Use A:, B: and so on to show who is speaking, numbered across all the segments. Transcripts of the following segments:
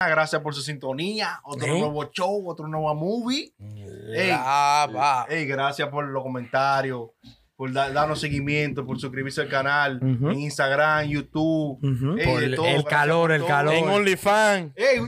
A: Gracias por su sintonía. Otro
B: Ey.
A: nuevo show, otro nuevo movie. Ey,
B: Ah, va.
A: ey, gracias por los comentarios, por da- darnos seguimiento, por suscribirse al canal en Instagram, YouTube. Ey,
C: Por
A: de
C: el-
A: todo.
C: el
A: Gracias
C: calor,
A: por
C: el
A: todo.
C: calor.
A: Ey,
B: En OnlyFans.
A: ey,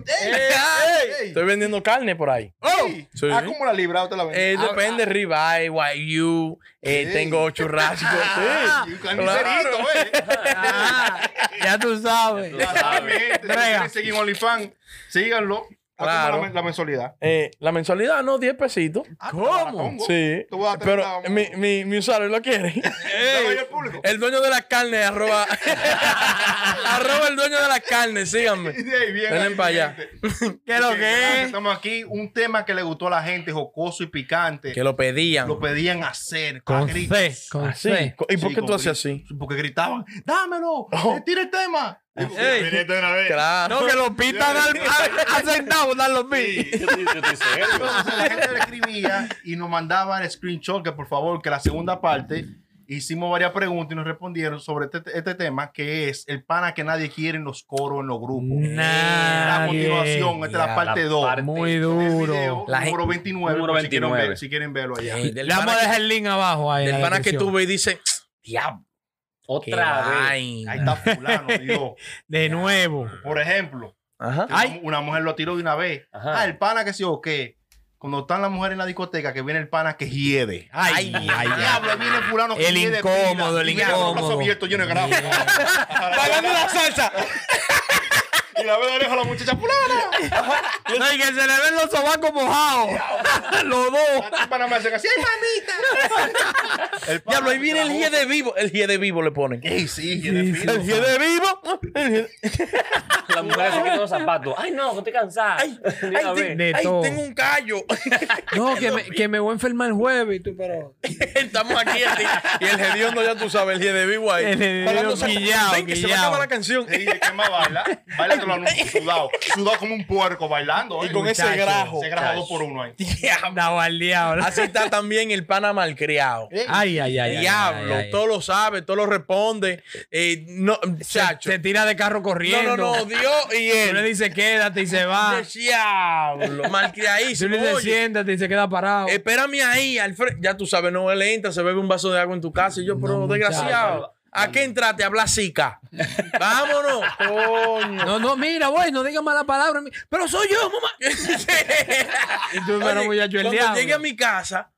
B: ah,
A: ey, ey,
B: Estoy vendiendo carne por ahí.
A: ey.
B: Sí.
A: Ah, ¿cómo la libra? Usted la Ah, vende.
B: Eh, depende, ribeye, wagyu, eh,
A: Sí.
B: tengo churrasco.
A: Ah,
B: sí.
A: y un carnicerito,
B: Claro.
A: eh.
C: Ah, ya tú sabes.
A: Ya saben, gente, si
C: Brega.
A: quieren seguir OnlyFans, síganlo. Ah, ¿cómo
B: Claro.
A: La, men- la mensualidad.
B: Eh, la mensualidad, no, 10 pesitos.
A: Ah, te la pongo.
B: Sí.
A: Tú vas a tener
B: Pero
A: la-
B: mi, mi, mi usuario lo quiere.
A: Dame ahí al público.
B: El dueño de las carnes, arroba. arroba el dueño de las carnes, síganme.
A: Ey, bien
B: Denle
A: ahí,
B: pa' allá.
A: gente.
C: ¿Qué es lo
A: Ok,
C: que es?
A: Estamos aquí. Un tema que le gustó a la gente, jocoso y picante.
B: Que lo pedían.
A: Lo pedían hacer. a
C: Con
A: gritos.
C: C, Ah, con
B: Así.
C: C.
B: ¿Ah, ¿Y por
A: Sí,
B: qué
A: con
B: tú haces
A: gritos.
B: así? Oh.
A: Porque gritaban, dámelo, eh, tira el tema. Y porque
C: Ey.
A: venía de una vez.
B: Claro.
C: No, que los pitan al, al, al centavo, dan los mil.
D: Yo te, yo te hice algo.
A: Entonces la gente le escribía y nos mandaba el screenshot que por favor, que la segunda parte hicimos varias preguntas y nos respondieron sobre este, este tema que es el pana que nadie quiere en los coros, en los grupos. La
C: Nadie.
A: continuación, esta es la
D: Ya,
A: parte
D: la
A: 2.
D: parte
C: Muy
A: El video
C: duro.
B: La
A: número 29,
D: número
A: por si quieren ver-
D: 29.
A: si quieren verlo allá.
B: Sí, del
C: Le vamos a
B: pana que-
C: dejar el link abajo ahí. en
B: del
C: la
B: pana que tú
C: descripción.
B: ves y dices,
D: Diablo.
B: qué
D: Otra vez.
A: Ahí
B: vaina.
A: está fulano, digo.
C: De nuevo.
A: Por ejemplo,
B: Ajá.
A: que
C: Ay.
A: una mujer lo tiró de una vez.
D: Ajá.
A: Ah, el pana que sí o qué. Cuando están las mujeres en la discoteca, que viene el pana que hiede.
C: Ay, ay, ay.
A: Diablo, viene fulano que
C: El
A: hiede
C: incómodo,
A: pila.
C: el
A: Diablo,
C: incómodo.
A: brazo abierto, lleno de grasa.
B: Pagando la salsa.
A: Y la veo de lejos a la muchacha fulana.
C: No, y que se le ven los sobacos mojados. los dos.
A: El pana me hace así, ¡ay, mamita! El pana
B: Diablo, ahí viene el
A: trabajo.
B: G de vivo. El G de vivo le ponen.
A: Ey, sí, hiede fino.
B: El G de vivo.
D: La mujer se quita los zapatos. Ay, no, que estoy cansada.
B: Ay,
D: De
B: ay,
D: una
B: te-
D: vez.
C: De
B: ay,
C: todo.
B: tengo un callo.
C: No, que me, que me voy a enfermar el jueves. y Tú, pero.
B: Estamos aquí el día- y el hediondo ya tú sabes, el G de vivo ahí.
C: El hediondo
B: Hablando sac-
C: quillao,
B: Ven, que se va a
C: quillao.
B: acabar la canción.
A: Sí, ¿de ¿Qué más baila? Baila que lo anuncio, sudado. Sudado como un puerco bailando.
B: Y
A: ¿eh?
B: con ese
C: Muchacho,
B: grajo.
A: Se grabó dos por uno ahí.
B: Diablo.
C: Dao al diablo.
B: Así está también el pana malcriado.
A: Ey,
C: Ay, ay, ay. ay,
B: Diablo,
C: ay, ay.
B: todo lo sabe, todo lo responde. Eh, no,
C: Se,
B: chacho.
C: se tira de carro
B: no, no,
C: corriendo.
B: no, Dios y
C: Tú le
B: él.
C: dices quédate y se va.
B: Diablo,
C: Tú
B: malcriadísimo.
C: le dices
B: Oye,
C: siéntate y se queda parado.
B: espérame ahí, Alfred. Ya tú sabes, no es lenta, se bebe un vaso de agua en tu casa y yo, pero desgraciado.
D: muchacho.
B: ¿A qué entraste? Habla zica. Vámonos. Coño.
C: No, no, mira, güey, no digas mala palabra. mi- Pero soy yo, mamá. Y tú,
B: Oye,
C: pero muchacho, el
B: cuando
C: diablo.
B: llegue a mi casa,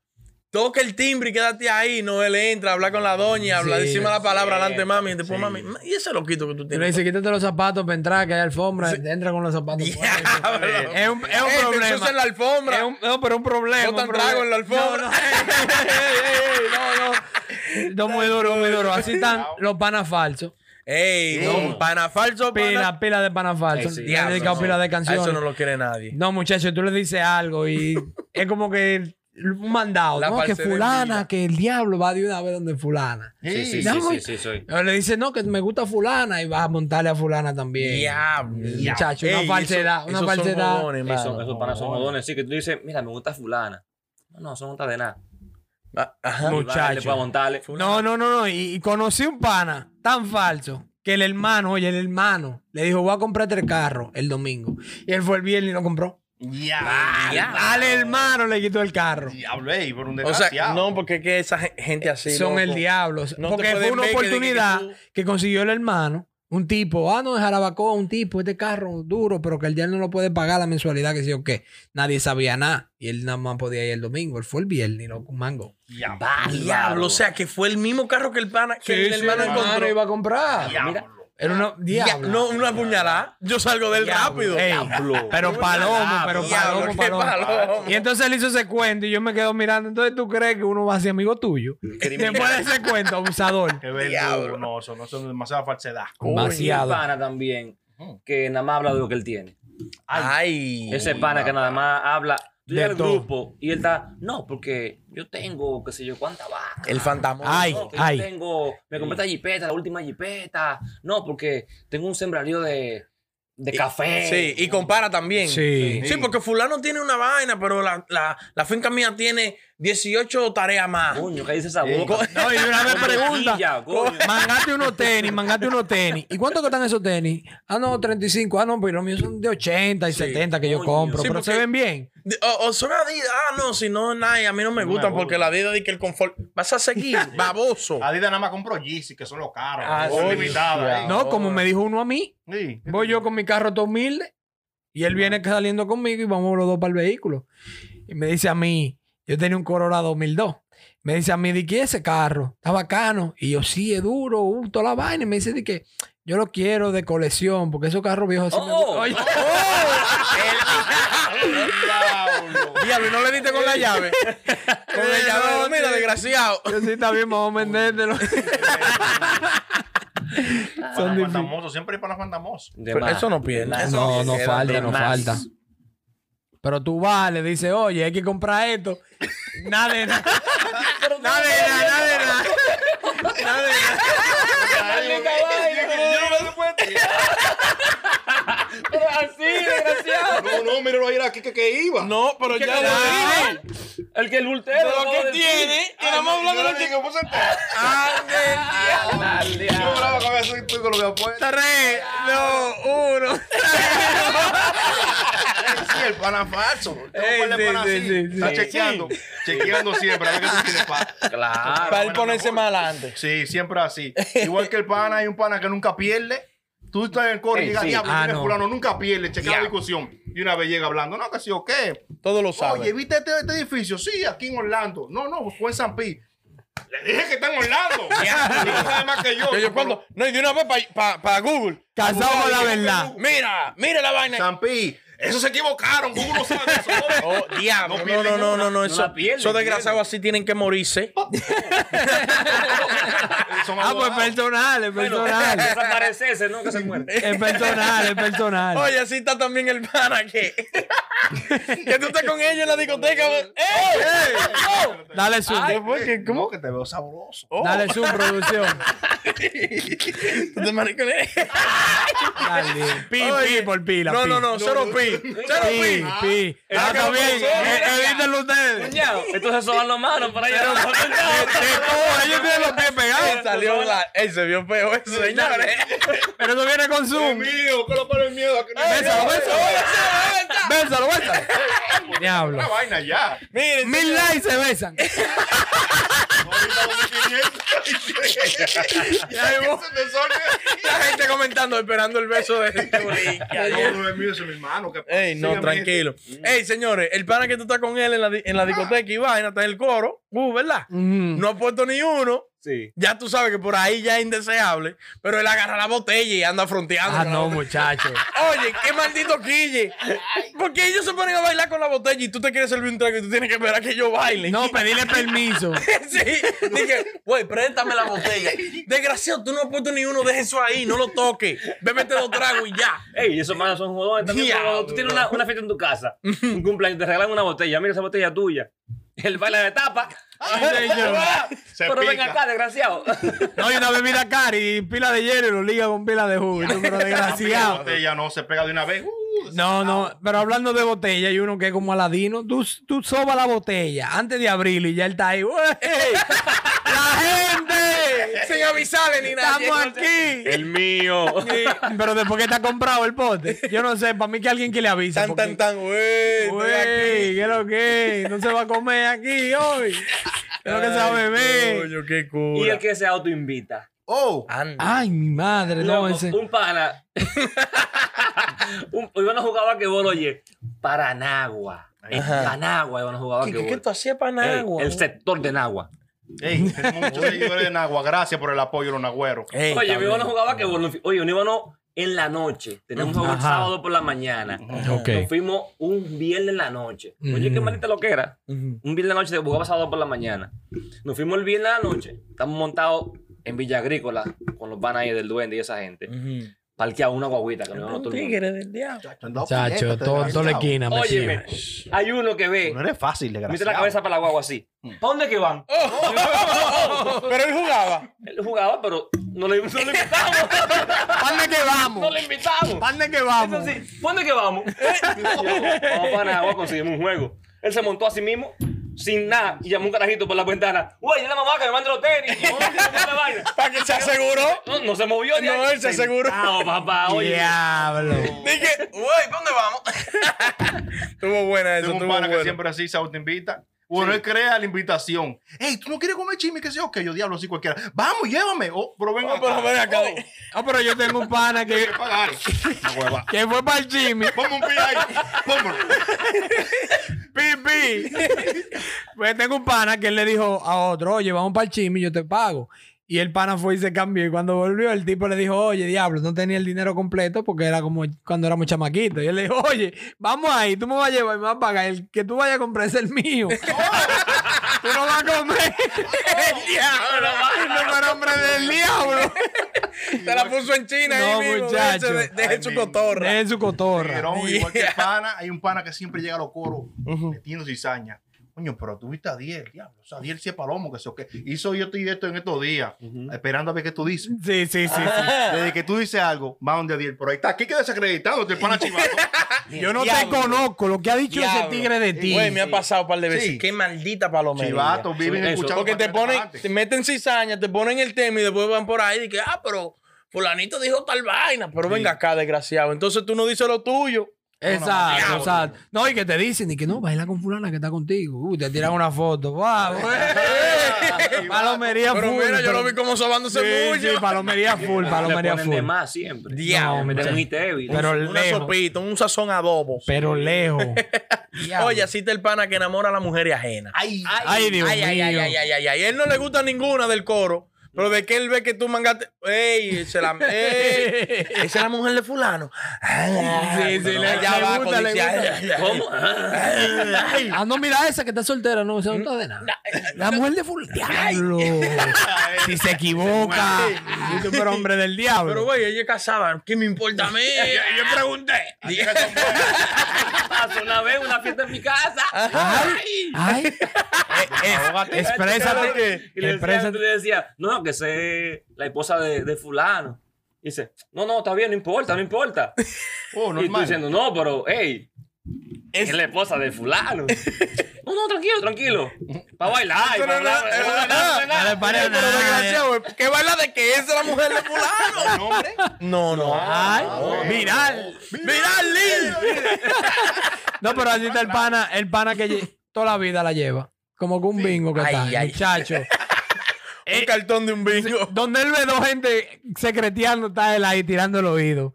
B: toca el timbre y quédate ahí. No, él entra, habla con la doña, habla,
C: Sí,
B: decime la palabra
D: sí,
B: delante de mami. Y después, mami, y ese loquito que tú
C: Tú le
B: tienes.
C: dices, quítate los zapatos para entrar, que hay alfombra. Entra con los zapatos.
B: Diablo.
C: Es un, es un
B: Eh, te
C: problema.
B: ensucia en la alfombra.
C: Es un- no, pero un problema.
B: Botan
C: un problema.
B: trago en la alfombra.
C: No, no. Ey, ey, ey, no, no. No, muy duro, muy duro. Así están los panas falsos.
B: Ey, no, pana falso, pana.
C: Pila, pila de panas falsos.
D: sí.
C: Le han
B: Diablo,
C: dedicado
B: no.
C: pila de
B: A
C: canciones.
B: Eso no lo quiere nadie.
C: No, muchacho, tú le dices algo y es como que un mandado.
B: La
C: no, que
B: falsedad envidia.
C: fulana, que el diablo va de una vez donde fulana.
D: Sí, sí, sí,
C: No,
D: sí, sí, soy.
C: O le dice, no, que me gusta fulana y vas a montarle a fulana también.
B: Diablo.
C: Muchacho,
B: Ey,
C: una falsedad,
B: eso-
C: una
B: esos son
C: falsedad.
B: jodones,
D: Sí,
B: mano.
D: son- esos panas son jodones. Sí, que tú dices, mira, me gusta fulana. No, no, eso no está de nada.
B: Ah, ajá.
C: No.
D: Y bajarle
C: Muchacho.
D: para montarle.
C: No, no, no, no. Y, y conocí un pana tan falso que el hermano, oye, el hermano le dijo, voy a comprar el carro el domingo. Y él fue el viernes y lo compró.
A: Ya.
C: Al hermano le quitó el carro.
A: Diablo, ey, pero
B: O
A: un
B: sea,
A: desgraciado.
B: no, porque es que esa gen- gente así.
C: Son
B: loco.
C: el diablo.
B: No te
C: Porque fue
B: pueden
C: una
B: ver que de que
C: oportunidad
B: tú-
C: que, consiguió el hermano. Un tipo, ah, no, es Jarabacoa, un tipo, este carro duro, pero que el día no lo puede pagar la mensualidad, que sí o qué. Nadie sabía nada. Y él nada más podía ir el domingo. Él fue el viernes y lo mango.
A: Diablo.
B: Diablo, o sea, que fue el mismo carro que el pana, que el hermano
C: hermano
B: encontró.
C: iba a comprar.
A: Diablo.
C: Era una diablo.
B: No, una puñalada. Yo salgo de él rápido.
C: Ey, pero palomo, pero
B: Diablo,
C: palomo,
B: qué
C: palomo.
B: palomo.
C: Y entonces él hizo ese cuento y yo me quedo mirando. Entonces tú crees que uno va a ser amigo tuyo. Después de ese cuento, abusador.
A: Qué verdugo.
B: Diablo.
A: No, eso no son demasiada falsedad.
D: Y el
C: Demasiado.
D: pana también, que nada más habla de lo que él tiene.
B: Ay.
D: Ese pana que nada más habla Tú llegas
C: De
D: al
C: todo.
D: grupo y él está, no, porque yo tengo, qué sé yo, cuánta vaca.
B: El fantasma.
C: Ay,
D: No, que
C: ay.
D: yo tengo, me compré esta jipeta, la última jipeta. No, porque tengo un sembrarío de, de café.
B: Sí, y compara también.
C: Sí.
B: Sí, porque fulano tiene una vaina, pero la, la, la finca mía tiene 18 tareas más.
D: Coño, ¿qué dice esa
A: Eh,
D: boca?
C: No, y una vez pregunta.
D: Mantequilla, coño.
C: Mangate unos tenis, mangate unos tenis. ¿Y cuánto están esos tenis? Ah, no, 35. Ah, no, pero los míos son de 80 y 70 que yo
D: Coño.
C: compro.
B: Sí,
C: pero
B: porque-
C: se ven bien.
B: De- O, o son Adidas. Ah, no, si no, nada, a mí no me
A: No me
B: gustan
A: gusta.
B: porque la Adidas dice que el confort. Vas a seguir, baboso.
A: Adidas nada más compró Yeezy, que son los caros.
B: Ah,
A: son
B: sí.
A: limitados.
B: Ya.
A: ahí.
C: No, como me dijo uno a mí,
A: Sí.
C: voy yo con mi carro todo humilde y él viene saliendo conmigo y vamos los dos para el vehículo. Y me dice a mí, yo tenía un Corolla 2002. Me dice a mí, ¿de qué es ese carro? Está bacano. Y yo, sí, es duro, uh, toda la vaina. Y me dice, de que yo lo quiero de colección porque esos carros viejos así me
D: Oh,
C: gustan. Oye,
B: Ah.
A: Diablo.
B: Diablo, ¿y no le diste con la llave. Con la
C: Eh,
B: llave,
C: no,
B: mira,
C: sí.
B: desgraciado.
C: Yo sí también vamos a vendértelo.
A: Para
C: difíciles.
A: fantamoso, siempre hay para fantamoso.
D: De
B: Pero
D: más.
B: eso no pierde.
D: De más.
C: No, no
B: Era
C: falta,
D: de
C: no
D: más.
C: falta. Pero tú vas, le dices, oye, hay que comprar esto. Nada de nada. Nada de nada, nada de nada. Nada de nada.
D: Pero así, desgraciado.
A: No, no, míralo ahí, era aquí que, que iba.
B: No, pero ya lo
C: Ya.
B: dije.
D: El que el ultero.
B: Pero ¿qué tiene? Que nada más hablando de Ah, los
A: que puse "Pues, este, Yo hablaba con eso y tú con lo que apuesta.
B: Tres, dos, uno.
A: Sí, el pana falso. Tengo
B: Ey,
A: un par de
B: Eh, sí,
A: panas
B: sí,
A: así.
B: sí, sí.
A: Está
B: Sí.
A: chequeando, chequeando siempre. A ver qué tú tienes pa-
D: Claro.
B: Para él
A: bueno,
B: ponerse
A: mejor.
B: mal antes.
A: Sí, siempre así. Igual que el pana, hay un pana que nunca pierde. Tú estás en el coro y
D: Ey,
A: llegas,
D: sí.
A: diablo,
C: Ah,
A: tiene
C: no.
A: fulano, nunca pierde, checa la
D: Ya.
A: discusión. Y una vez llega hablando, no, que sí o qué.
B: Todos lo saben.
A: Oye, ¿viste este, este edificio? Sí, aquí en Orlando. No, no, fue en San Pi. Le dije que está en Orlando. Y no sabe más que yo.
B: Yo, yo cuando, no, y de una vez para Google.
C: Casado con la verdad.
B: Mira, mira la vaina.
A: San Pi, eso se equivocaron. Google no sabe de eso.
B: Oh, diablo.
A: No
B: No,
A: pierden
B: no, no,
A: una,
B: no, no.
D: no
B: Eso,
D: la pierden,
B: esos desgraciados así tienen que morirse.
A: Son
C: Ah, pues
A: abogados.
C: personal, es personal.
D: Desaparecerse, ¿no? Que se muere.
C: Es personal, es personal.
B: Oye, así está también el pana que. que tú estás con ellos en la discoteca. eh, ¡Ey! ¡Ey! ¡Oh!
C: Dale zoom.
B: ¿Qué fue que-
A: Eh, No,
B: ¿Cómo?
A: que te veo sabroso.
B: Oh.
C: Dale zoom, producción.
B: eh. Tú te maricones.
C: Dale. Pi,
B: Oye,
C: pi por pila.
B: No,
C: pi.
B: no, no. Cero pi. Cero
C: Pi,
B: pi.
C: pi.
B: Ah,
C: Ah, está
B: que lo
C: bien.
B: pasó.
C: Eh, Evítenlo ustedes.
D: Cuñado, Entonces soban los manos para allá.
C: Eh, oh, ellos tienen los pies
B: Ahí
C: pegados.
B: salió la. Él se vio feo eso, señores.
C: Pero eso viene con zoom.
A: mío, que lo pone el miedo. aquí.
C: Bésalo, bésalo.
B: Oye,
C: Bésalo, bésalo. Diablo.
A: Una vaina ya.
B: Miren,
C: Mil likes se besan.
A: Ya
B: llegó.
A: que se te solve.
B: la gente comentando, esperando el beso de
A: No, no es mío, es mi hermano. que-
B: Ey, no,
A: Sígame.
B: tranquilo. Ey, señores, el pana que tú estás con él en la, di- en la discoteca y vaina, está en el coro, uh, ¿verdad?
C: Mm.
B: No ha puesto ni uno.
D: Sí.
B: Ya tú sabes que por ahí ya es indeseable, pero él agarra la botella y anda fronteando.
C: Ah,
B: con la
C: no,
B: botella.
C: muchacho.
B: Oye, qué maldito quille. Porque ellos se ponen a bailar con la botella y tú te quieres servir un trago y tú tienes que esperar a que yo baile.
C: No, pedirle permiso.
B: Sí, dije, güey, préstame la botella. Desgraciado, tú no has puesto ni uno, deja eso ahí, no lo toques. Bébete dos tragos y ya.
D: Ey, esos manos son jodones también.
B: Diablo.
D: cuando tú tienes una, una fiesta en tu casa, un cumpleaños, te regalan una botella. Mira esa botella tuya. El baile de tapa.
C: Ay, señor.
A: Se
D: Pero ven
A: pica.
D: acá, desgraciado.
C: No, y una bebida cari y pila de hielo y lo liga con pila de jugo. Y tú, Pero
A: La
C: desgraciado.
A: botella no se pega de una vez. Uh,
C: No, no, pero hablando de botella, hay uno que es como Aladino. Tú, tú sobas la botella antes de abrirlo y ya él está ahí. ¡Wey! ¡La gente!
B: Sin avisarle ni nada.
C: ¡Estamos aquí!
D: El mío.
C: Pero después que está comprado el bote, yo no sé, para mí que alguien que le avisa.
B: Tan, tan, tan, güey. estoy aquí.
C: Güey, ¿qué es lo que? es? No se va a comer aquí hoy. ¿Qué es lo que se va a
B: Ay,
C: beber?
B: coño, qué
D: Y
B: cura. Ah,
D: el que se autoinvita.
A: Oh,
B: Anda.
C: Ay, mi madre, no,
D: Loco,
C: ese.
D: Un pana. un, Iván no jugaba vaquebol, oye. Paranagua. En
B: Ajá.
D: Panagua Iván no jugaba
B: ¿Qué, qué,
D: vaquebol.
B: qué tú hacías para
D: Ey,
B: nada, güey?
D: el sector de Nagua.
A: ey, tengo muchos seguidores de Nagua. Gracias por el apoyo, los nagüeros.
B: Ey,
D: Oye,
B: está
D: mi Iván no
B: bien.
D: jugaba vaquebol. Oye, un Ivano en la noche. Tenemos un juego el
C: Ajá.
D: sábado por la mañana.
C: Ok.
D: Nos fuimos un viernes en la noche. Oye, qué
C: Mm.
D: maldita lo que era.
B: Ujú.
D: Un viernes en la noche, jugaba sábado por la mañana. Nos fuimos el viernes en la noche. Estamos montados en Villa Agrícola con los panas ahí del Duende y esa gente.
B: Ujú.
D: parquea una guaguita que no, no
B: Un
D: todo el mundo.
B: tigre del diablo.
C: Chacho, todo, toda la esquina. me
D: Óyeme,
C: chima.
D: hay uno que ve,
A: No eres fácil,
D: mete
A: desgraciado.
D: la cabeza para la guagua así. ¿Para dónde que van?
B: Pero él jugaba.
D: Él jugaba, pero no le, no le invitamos.
C: ¿Dónde que
D: no
C: vamos?
D: le invitamos.
C: ¿Dónde que
D: Eso
C: vamos?
D: sí, ¿dónde que vamos? Eh, vamos para Nagua, conseguimos un juego. Él se montó a sí mismo, sin nada, y llamó un carajito por la ventana. Güey, es la mamá que me manda los tenis. No, no, no, no, vaina.
B: Para que se aseguró.
D: No, no se movió. de
B: No,
D: ahí.
B: él se aseguró.
D: Sentado, papá, oye.
C: Diablo.
B: Dije, güey, ¿pa' ¿dónde vamos? Estuvo buena eso, estuvo
A: Tengo un
B: buena.
A: pana que siempre así se autoinvita. Bueno, él crea la invitación. Ey, ¿tú no quieres comer chisme? Que sé yo, que yo diablo así cualquiera. Vamos, llévame. Oh, pero venga.
B: Ah, pero
A: acá.
B: ven acá.
A: Oh,
C: Ah, pero yo tengo un pana
A: hay
C: que,
A: que pagar. Una hueva.
C: que fue para el Jimmy.
A: Ponme un pie ahí. Pónmelo.
C: Pipi. Pues tengo un pana que él le dijo a otro, oye, vamos para el Jimmy, yo te pago. Y el pana fue y se cambió. Y cuando volvió, el tipo le dijo, oye, diablo, no tenía el dinero completo porque era como cuando éramos chamaquitos. Y él le dijo, oye, vamos ahí, tú me vas a llevar y me vas a pagar. El que tú vayas a comprar es el mío. tú no vas a comer. el diablo. No, no, hombre del diablo.
B: Te la puso en China
C: No,
B: ahí mismo.
C: muchacho.
B: Deje
A: Ay,
B: su
A: mi-
B: cotorra.
C: Es su cotorra.
A: Pero igual que el pana, hay un pana que siempre llega a los coros metiendo cizaña. Coño, pero tú viste a 10, diablo. O sea, 10 sí es palomo, que sé yo qué. Hizo yo estoy esto en estos días, esperando a ver qué tú dices.
C: Sí, sí, sí. sí.
A: Desde que tú dices algo, va donde Adiel. Pero ahí está, aquí que desacreditado, el pana chivado.
C: Yo no te
B: Diablo.
C: conozco. Lo que ha dicho ese
B: Diablo.
C: tigre de ti.
B: Güey, me ha
D: Sí.
B: pasado un par de veces.
A: Sí.
B: Qué maldita palomera.
A: Chivato, viven
D: Eso.
A: escuchando.
B: Porque te
A: cualquier
B: ponen,
A: disparate.
B: te meten cizaña, te ponen el tema y después van por ahí y que, ah, pero fulanito dijo tal vaina. Pero venga acá, desgraciado. Entonces tú no dices lo tuyo.
C: Exacto,
B: Diablo.
C: exacto. No, y que te dicen, y que no, baila con fulana que está contigo. Uy, te tiran una foto. Wow,
A: Chivato.
C: palomería
B: Pero
C: full.
B: mira, yo
C: pero-
B: lo vi como sobándose
C: Sí,
B: mucho.
C: sí, palomería full, palomería
D: Le ponen de
C: full.
D: más siempre.
B: Diablo.
C: No,
D: Me
C: muchacho.
D: un IT débil.
C: Pero
B: Una
C: lejos.
B: sopita, un sazón adobo.
C: Pero lejos. Diablo.
B: Oye, así está el pana que enamora a la mujer ajena.
A: Ay,
C: Ay, Dios
B: ay, ay, ay,
C: mío.
B: ay, ay, ay, ay. Él no le gusta ninguna del coro. Pero de que él ve que tú mangaste. ¡Ey! Se la, ey, esa es la mujer de fulano.
C: Sí, sí, le-
B: ya
C: le
B: va,
C: gusta, le
B: codiciada.
D: ¿Cómo? Ah.
C: Ah, no, mira esa que está soltera, no, esa no está de nada. La mujer de full. Diablo. Si se equivoca. Sí, Pero hombre del
B: Pero,
C: diablo.
B: güey, ella es casada. ¿Qué me importa a mí? Yo pregunté.
D: Pasó una vez una fiesta en mi
C: Ah,
D: casa.
C: Ay, ay.
A: Ahógate.
C: Exprésate.
D: Este Y le decía,
C: Exprésate.
D: le decía, no, que sé la esposa de, de fulano. Y dice, no, no, está bien, no importa, no importa.
A: Oh,
D: Y tú
A: normal.
D: diciendo, no, pero, hey, es, la esposa de fulano. no, no, tranquilo, tranquilo. Para bailar.
B: Eso no
D: pa'
B: es nada,
D: bailar,
B: eso
D: pa'
B: no es
D: bailar,
B: nada.
D: pa' bailar.
C: Dale, pare,
B: Pero
C: nada.
B: desgraciado, güey, ¿qué baila de que esa es la mujer de fulano?
A: Nombre.
B: No, no.
C: Ay,
A: bueno.
C: viral.
B: ¡Viral, Lil!
C: No, pero así está el pana, el pana que lle- toda la vida la lleva. Como que un bingo que
B: Ay,
C: está,
B: ay.
C: muchacho.
D: Eh,
B: Un cartón de un bingo.
C: Donde él ve dos gente secreteando, está él ahí tirando el oído.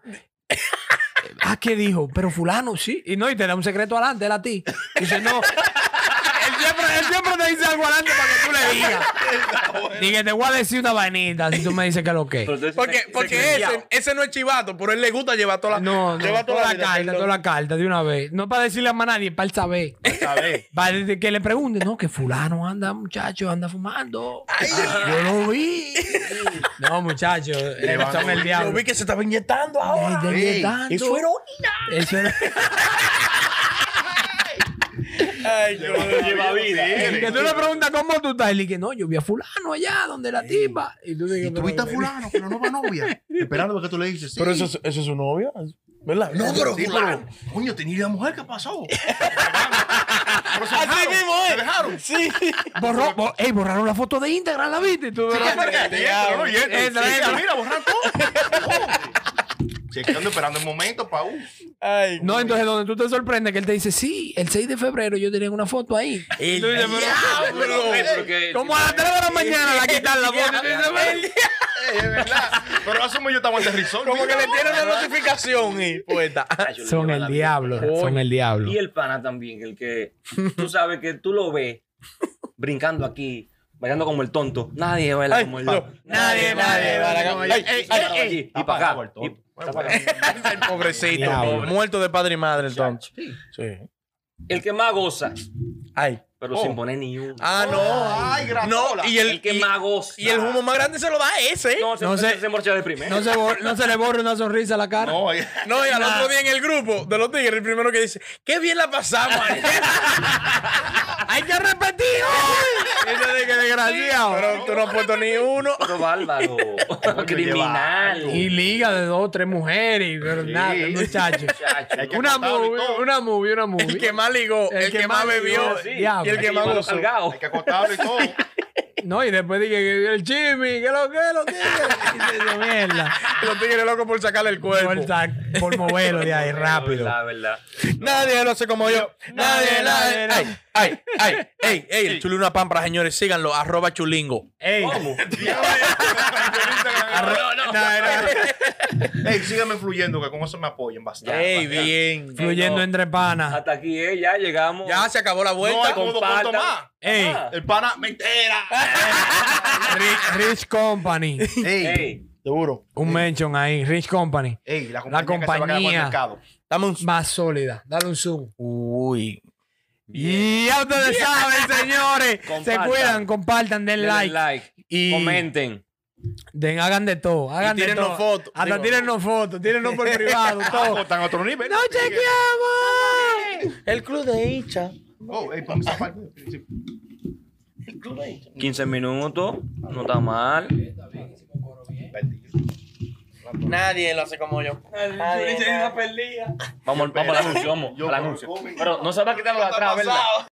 C: Ah, ¿qué dijo? Pero fulano, sí. Y no, y te da un secreto adelante, él a ti. Dice, no. Él siempre, él siempre te dice algo adelante para que tú le digas. Y que te voy a decir una vainita si tú me dices que lo que.
D: Pero entonces
B: Porque,
D: se- se
B: porque
D: criaba.
B: ese, ese no es chivato, pero él le gusta llevar toda la,
C: No,
B: llevar
C: no, toda la
B: vida,
C: carta,
B: perdón.
C: toda la carta de una vez. No para decirle a más nadie, para él saber.
A: A ver.
C: Va, desde que le pregunten, no, que fulano anda, muchacho, anda fumando. Ah, yo lo vi. No, muchacho, eh,
A: van
C: son
A: a-
C: el
B: Yo
C: diablo.
B: vi que se estaba inyectando
C: Ey,
B: ahora.
C: yo vi
A: Ey,
C: tanto.
B: Eso era orina.
C: Eso era-
B: Ay, yo
D: lleva vida.
C: que tú le preguntas cómo tú estás. Y le dices, no, yo vi a fulano allá, donde la tipa. Y tú dices,
A: Y tú viste a fulano con la nueva novia. Esperando a que tú le dices. Sí.
B: Pero eso, es- eso es su novia, ¿verdad? No, pero
A: Sí,
B: fulano.
A: pero, coño, tenía la mujer, ¿qué pasó? Pero se
B: Así
A: dejaron,
B: mismo
A: se
B: es.
A: dejaron.
B: Sí.
C: Borró, bo- ey, borraron la foto de Instagram, ¿la viste? Y tú, ¿verdad?
A: Y entra, ¿no? Y entra, y
C: Entra,
A: se
C: entra.
A: queda, Mira, borrar todo. Chequeando, esperando el momento, pa' uh.
B: Ay,
C: No, entonces donde tú te sorprendes que él te dice, sí, el 6 de febrero yo tenía una foto ahí.
B: El
C: Tú dices,
B: diablo.
D: Ey, pero que-
C: Como a las 3 de la mañana la quitan la foto. Y tú dices, "Ven".
A: Ey, es verdad. Pero hace un momento yo estaba en aterrizón.
B: Como que le tiene una notificación y poeta.
D: Cacho, le
C: Son
D: lleva
C: el
D: la vida.
C: diablo, son el diablo.
D: Y el pana también, el que tú sabes que tú lo ves brincando aquí, bailando como el tonto. Nadie baila
B: Ay,
D: como el
B: no.
D: tonto.
B: Nadie, nadie baila como el-
D: Ay,
B: Ey,
D: ay,
B: ey,
D: ay,
B: ey.
D: Y
A: Está
D: para
A: apagado
D: acá.
A: el pues, tonto.
D: y- está apagado.
B: El pobrecito.
C: Diablo.
B: Muerto de padre y madre, el tonto.
D: Sí.
B: Sí.
D: El que más goza,
C: Ay.
D: pero
A: Oh.
D: sin poner ni uno.
B: Ah, no.
A: Ay,
B: No,
A: gratola.
B: y el,
D: El que
B: y-
D: más goza.
B: Y el humo más grande se lo da a ese.
D: No, se,
C: No
D: se,
C: sé.
D: se morcha de primero.
C: No se, bor- no se le borra una sonrisa a la cara.
A: No, y-
B: No, y al otro día en el grupo de los tigres, el primero que dice, qué bien la pasamos. ayer".
C: ¡Hay que repetir! ¡Ay! Eso de que desgraciado.
B: Pero tú no has puesto ni uno.
D: Pero bárbaro. Criminal.
C: Y liga de dos o tres mujeres. y- Pero
A: Sí.
C: nada, muchachos.
A: Hay que
C: Una
A: acostarlo y
C: movie,
A: todo.
C: una movie, una movie.
B: El que más ligó, el, que, más bebió.
C: sí.
B: Y el que más
D: llevarlo
B: gozó.
D: cargado.
A: Hay que acostarlo y todo.
C: No, y después dije que el Jimmy, que lo que lo que. Dice, "Yo, mierda.
B: Los tigres locos por sacarle el cuerpo.
C: Por, sa- por moverlo de ahí rápido.
D: La verdad.
B: Nadie lo hace como yo. Nadie, nadie.
C: Nadie,
B: Ay,
C: nadie.
B: ay, ay. Ey, ey, el chulina pampra, señores, síganlo. Arroba chulingo.
C: Ey,
D: ¿Cómo?
C: arro- na- na-
A: Ey, síganme fluyendo, que con eso me apoyen bastante.
B: Ey, bien.
C: fluyendo
D: no.
C: entre panas.
D: Hasta aquí, eh, ya llegamos.
B: Ya se acabó la
A: No hay
B: vuelta.
A: como dos
D: Compartan.
A: cuentos más.
C: Ey,
D: Ah.
A: El pana, mentira.
C: Rich, Rich Company.
D: Ey.
A: seguro.
C: Un mention ahí, Rich Company.
A: Ey, la compañía,
C: La
A: que se va a quedar
C: compañía.
A: con el mercado.
B: Dame un...
C: Más sólida. Dale un zoom.
B: Uy.
C: Y ya ustedes saben, señores. Se
D: Compartan.
C: cuidan, compartan, den
D: Denle
C: like.
D: like.
C: Y
D: Comenten.
C: den, hagan de todo. Hagan
B: Y
C: de
B: tírennos
C: todo.
B: fotos.
C: Hasta
B: Digo-
C: tírennos fotos, tírennos por privado, todo.
A: Están a otro nivel.
C: ¡No chequeamos!
B: El club de hincha.
A: Oh, ey, para mí esa parte. Sí.
D: 15 minutos. No está mal.
B: Nadie lo hace como yo.
D: Vamos, vamos al anuncio, vamos.
A: Yo
D: al
A: por
D: anuncio.
A: COVID.
D: Pero no se va a quitar lo de atrás, ¿verdad?